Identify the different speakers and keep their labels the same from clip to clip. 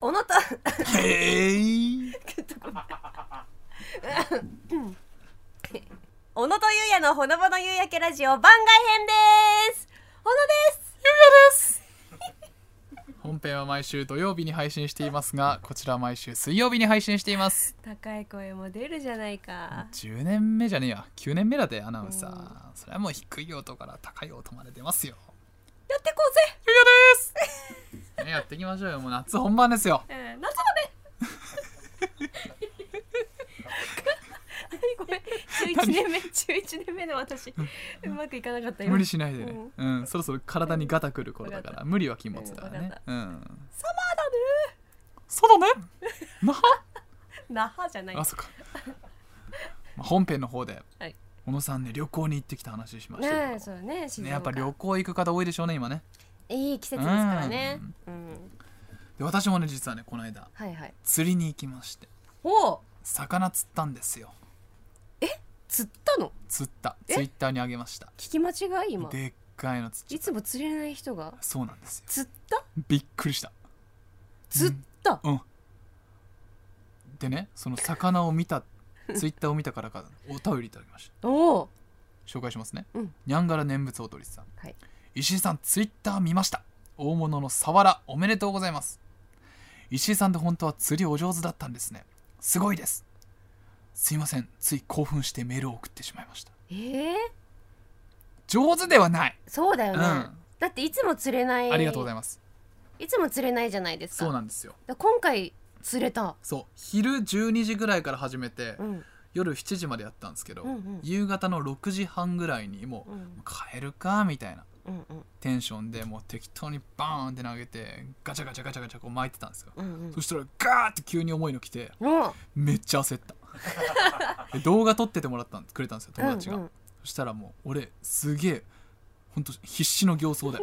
Speaker 1: 小野田
Speaker 2: へい。
Speaker 1: 小野とゆうやのほのぼの夕焼けラジオ番外編です小野ですゆうやです
Speaker 2: 本編は毎週土曜日に配信していますが、こちらは毎週水曜日に配信しています。
Speaker 1: 高い声も出るじゃないか
Speaker 2: 10年目じゃねえや、9年目だでアナウンサー。それはもう低い音から高い音まで出ますよ。
Speaker 1: やってこうぜ
Speaker 2: ゆうやです、ねやっていきましょうよ。もう夏本番ですよ。
Speaker 1: うん、夏だね ごめん11年目11年目の私うまくいかなかったよ
Speaker 2: 無理しないでね
Speaker 1: うん。
Speaker 2: うん、そろそろ体にガタくる頃だか、
Speaker 1: わから
Speaker 2: 無理は禁物だから
Speaker 1: うんわ
Speaker 2: ね
Speaker 1: かっ。
Speaker 2: うん。
Speaker 1: サマーだね
Speaker 2: そうだね。なは
Speaker 1: 那覇じゃない
Speaker 2: あ、そっか。まあ本編の方で
Speaker 1: はい、
Speaker 2: 小野さんね、旅行に行ってきた話しましたけど。
Speaker 1: ねえそうね静
Speaker 2: ね、
Speaker 1: 岡
Speaker 2: やっぱ旅行行く方多いでしょうね今ね
Speaker 1: いい季節ですからねうん
Speaker 2: で私もね実はねこの間
Speaker 1: はいはい
Speaker 2: 釣りに行きまして
Speaker 1: おお
Speaker 2: 魚釣ったんですよ
Speaker 1: 釣ったの
Speaker 2: 釣った
Speaker 1: え
Speaker 2: ツイッターにあげました
Speaker 1: 聞き間違い今
Speaker 2: でっかいの釣っ
Speaker 1: い
Speaker 2: ちゃ
Speaker 1: つも釣れない人が
Speaker 2: ったそうなんですよ
Speaker 1: 釣った
Speaker 2: びっくりした
Speaker 1: 釣った、
Speaker 2: うんでねその魚を見たツイッターを見たからかお便りいただきました
Speaker 1: おお
Speaker 2: 紹介しますね、
Speaker 1: うん
Speaker 2: にゃんがら念仏おとりさん、
Speaker 1: はい
Speaker 2: 石井さんツイッター見ました大物のサワラおめでとうございます石井さんって本当は釣りお上手だったんですねすごいですすいませんつい興奮してメールを送ってしまいました
Speaker 1: ええ
Speaker 2: 上手ではない、
Speaker 1: そうだよ
Speaker 2: う
Speaker 1: ね、
Speaker 2: ん、
Speaker 1: だっていつも釣れない
Speaker 2: ありがとうご
Speaker 1: い
Speaker 2: ざいます
Speaker 1: ますいつも釣れないじゃないですか
Speaker 2: そうなんですよ
Speaker 1: だから今回釣れた、
Speaker 2: そう昼12時ぐらいから始めて、
Speaker 1: うん、
Speaker 2: 夜7時までやったんですけど、
Speaker 1: うんうん
Speaker 2: 夕方の6時半ぐらいにもう
Speaker 1: うん
Speaker 2: 帰るかみたいな
Speaker 1: うんうん
Speaker 2: テンションでもう適当にバーンって投げてガチャガチャガチャガチャこう巻いてたんですよ、
Speaker 1: うん
Speaker 2: そしたらガーって急に重いの来て
Speaker 1: うんも
Speaker 2: めっちゃ焦 ったで動画撮っててもらったんくれたんですよ
Speaker 1: う
Speaker 2: 友達が、
Speaker 1: うんうん
Speaker 2: そしたらもう俺すげえほんと必死の形相で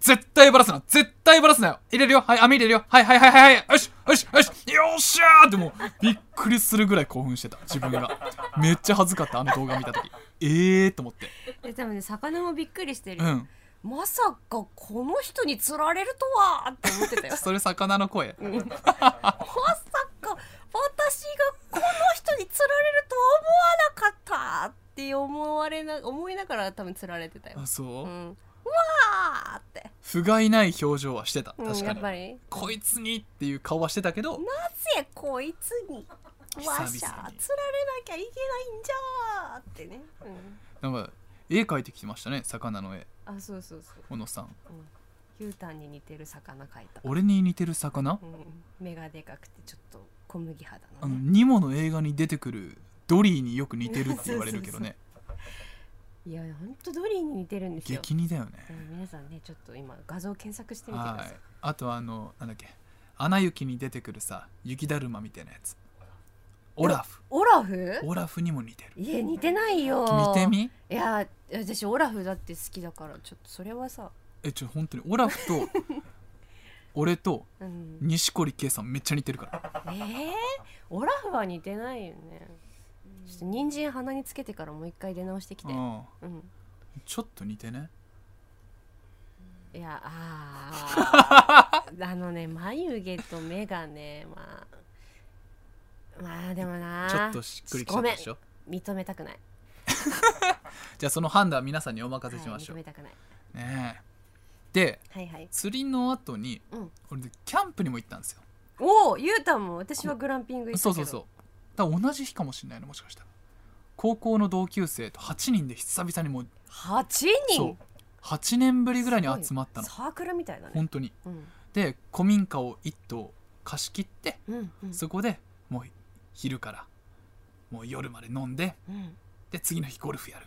Speaker 2: 絶対バラすな絶対バラすなよ入れるよはい網入れるよはいはいはいはいはいよしよしよしよっしゃーってもうびっくりするぐらい興奮してた自分がめっちゃ恥ずかったあの動画見た時ええー、と思って
Speaker 1: で多分ね魚もびっくりしてる
Speaker 2: う、ん
Speaker 1: まさかこの人に釣られるとはって思ってた よ
Speaker 2: それ魚の声
Speaker 1: うんまさか私がこの人に釣られるとは思わなかったって思われな思いながら多分釣られてたよ
Speaker 2: あそう、
Speaker 1: うん、うわーって、
Speaker 2: 不甲斐ない表情はしてた
Speaker 1: うん
Speaker 2: 確か
Speaker 1: や
Speaker 2: に、
Speaker 1: っぱり
Speaker 2: こいつにっていう顔はしてたけ
Speaker 1: な
Speaker 2: ど
Speaker 1: ぜこいつにわしゃ釣られなきゃいけないんじゃーってね、
Speaker 2: なんか絵描いてきてましたね魚の絵
Speaker 1: うん、あそうそうそう
Speaker 2: 小野さん
Speaker 1: 牛タンに似てる魚描いた、
Speaker 2: 俺に似てる魚
Speaker 1: う、ん、目がでかくてちょっと小麦肌
Speaker 2: あ
Speaker 1: の
Speaker 2: の
Speaker 1: ね、
Speaker 2: ニモの映画に出てくるドリーによく似 てるって言われるけどね
Speaker 1: いやほんとドリーに似てるんですよ、
Speaker 2: 激似だよね
Speaker 1: うん、皆さんねちょっと今画像検索してみてくだ
Speaker 2: は
Speaker 1: さい
Speaker 2: いあとあのなんだっけ「アナ雪」に出てくるさ雪だるまみたいなやつオラフ
Speaker 1: オラフ
Speaker 2: オラフにも似てる
Speaker 1: いや似てないよ
Speaker 2: 見てみ
Speaker 1: いや私オラフだって好きだからちょっとそれはさ、
Speaker 2: えちょ本当にオラフと 俺と
Speaker 1: うん、
Speaker 2: 錦織圭さんめっちゃ似てるから
Speaker 1: えー、オラフは似てないよねちょっと人参鼻につけてからもう一回出直してきて、うん
Speaker 2: あちょっと似てね
Speaker 1: いやあ ーあのね眉毛と目がねまあまあでもな
Speaker 2: ちょっとしっくりきちゃったでしょ
Speaker 1: 認めたくない
Speaker 2: じゃあその判断は皆さんにお任せし
Speaker 1: は
Speaker 2: ま
Speaker 1: い
Speaker 2: し
Speaker 1: 認
Speaker 2: ょう、
Speaker 1: めたくない
Speaker 2: ねえで
Speaker 1: はいはい
Speaker 2: 釣りの後に、
Speaker 1: うん
Speaker 2: 俺でキャンプにも行ったんですよ
Speaker 1: おおゆうたんも私はグランピング行ったけ
Speaker 2: そう
Speaker 1: ど
Speaker 2: そうそうだから同じ日かもしれないのもしかしたら高校の同級生と8人で久々にもう
Speaker 1: 8
Speaker 2: そう
Speaker 1: 人
Speaker 2: 8年ぶりぐらいに集まったの
Speaker 1: サークルみたいだね
Speaker 2: 本当に
Speaker 1: うん
Speaker 2: で古民家を1棟貸し切って
Speaker 1: うんうん
Speaker 2: そこでもう昼からもう夜まで飲んで
Speaker 1: うん
Speaker 2: で次の日ゴルフやるっ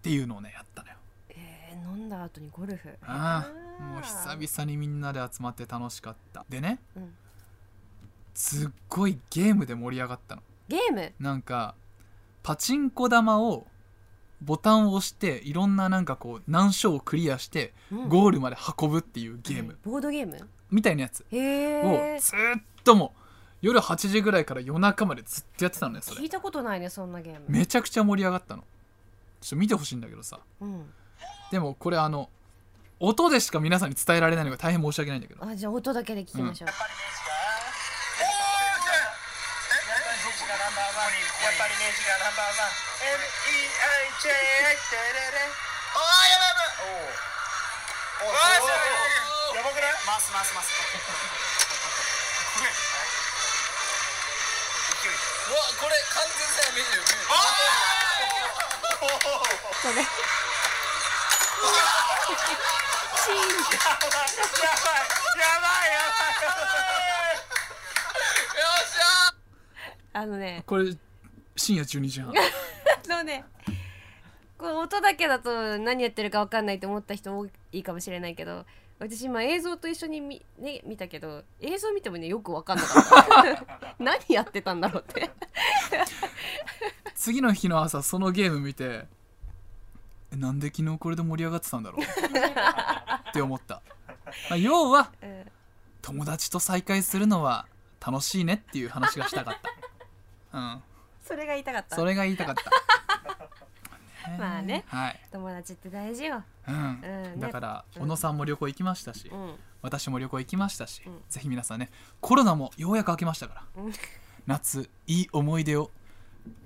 Speaker 2: ていうのをねやったのよ
Speaker 1: えー、飲んだ後にゴルフ
Speaker 2: あ
Speaker 1: あ
Speaker 2: あ
Speaker 1: ー
Speaker 2: もう久々にみんなで集まって楽しかったでね
Speaker 1: うん
Speaker 2: すっごいゲームで盛り上がったの
Speaker 1: ゲーム
Speaker 2: なんかパチンコ玉をボタンを押していろんななんかこう難所をクリアして
Speaker 1: うん
Speaker 2: ゴールまで運ぶっていうゲーム
Speaker 1: ボードゲーム
Speaker 2: みたいなやつ
Speaker 1: へ
Speaker 2: を
Speaker 1: え
Speaker 2: ずっともう夜8時ぐらいから夜中までずっとやってたのねそ
Speaker 1: 聞
Speaker 2: れ
Speaker 1: いたことないねそんなゲーム
Speaker 2: めちゃくちゃ盛り上がったのちょっと見てほしいんだけどさ
Speaker 1: うん、
Speaker 2: でもこれあの音でしか皆さんに伝えられないのが大変申し訳ないんだけど
Speaker 1: あじゃあ音だけで聞きましょう、
Speaker 3: ですががナンバーワンやっぱり明治がナンバーワン MEIJ テレレ
Speaker 4: あーやばいやばい
Speaker 3: お
Speaker 4: お
Speaker 3: おお
Speaker 4: ー
Speaker 3: おやばくない
Speaker 4: 回す回す回す
Speaker 3: 勢いう
Speaker 5: わこれ完全さ見える見える
Speaker 1: それシーン
Speaker 3: やばいやばいやばいやばい
Speaker 5: よっしゃー
Speaker 1: あのね
Speaker 2: これ深夜12時
Speaker 1: あ
Speaker 2: 半
Speaker 1: のねこれ音だけだと何やってるか分かんないと思った人多いかもしれないけど私今映像と一緒に見,、ね、見たけど映像見てもねよく分かんなかった 何やってたんだろうって
Speaker 2: 次の日の朝そのゲーム見てえなんで昨日これで盛り上がってた んだろうって思った、まあ、要は
Speaker 1: うん
Speaker 2: 友達と再会するのは楽しいねっていう話がしたか ったうん
Speaker 1: それが言いたかった
Speaker 2: それが言いたかった
Speaker 1: まあね
Speaker 2: はい、
Speaker 1: 友達って大事よ
Speaker 2: うん
Speaker 1: うん
Speaker 2: だから、
Speaker 1: うん
Speaker 2: 小野さんも旅行行きましたし、
Speaker 1: うん
Speaker 2: 私も旅行行きましたし、
Speaker 1: うん
Speaker 2: ぜひ皆さんねコロナもようやく明けましたから、
Speaker 1: うん
Speaker 2: 夏いい思い出を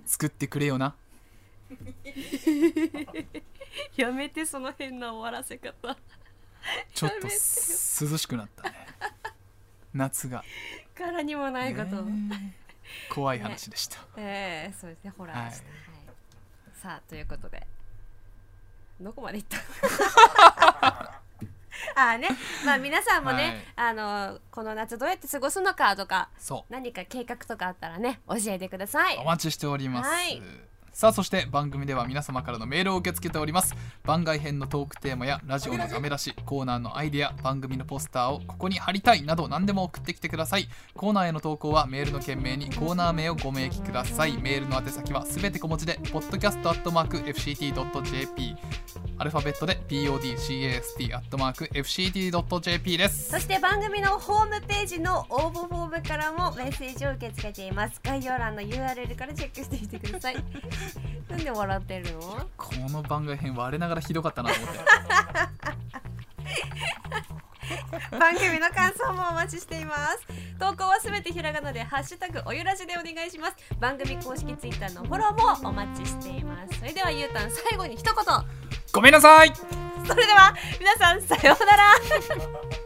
Speaker 2: 作ってくれよな
Speaker 1: やめてその変な終わらせ方
Speaker 2: ちょっ
Speaker 1: や
Speaker 2: と
Speaker 1: めてよ
Speaker 2: 涼しくなったね夏が、
Speaker 1: からにもないことを
Speaker 2: ねえ怖い話でした、
Speaker 1: ええそうですねホラーでした、はいさあということでどこまでいった ああねまあ皆さんもね、あのこの夏どうやって過ごすのかとか
Speaker 2: そう
Speaker 1: 何か計画とかあったらね教えてください
Speaker 2: お待ちしております、
Speaker 1: はい
Speaker 2: さあそして番組では皆様からのメールを受け付けております番外編のトークテーマやラジオのダメ出しコーナーのアイデア番組のポスターをここに貼りたいなど何でも送ってきてくださいコーナーへの投稿はメールの件名にコーナー名をご明記くださいメールの宛先はすべて小文字で podcast.fct.jp アルファベットで podcast.fct.jp です
Speaker 1: そして番組のホームページの応募フォームからもメッセージを受け付けています概要欄の URL からチェックしてみてくだ さいなんで笑ってるの
Speaker 2: この番外編我ながらひどかったなと思って
Speaker 1: 番組の感想もお待ちしています投稿はすべてひらがなでハッシュタグおゆらじでお願いします番組公式ツイッターのフォローもお待ちしていますそれではゆうたん最後に一言
Speaker 2: ごめんなさい
Speaker 1: それでは皆さんさようなら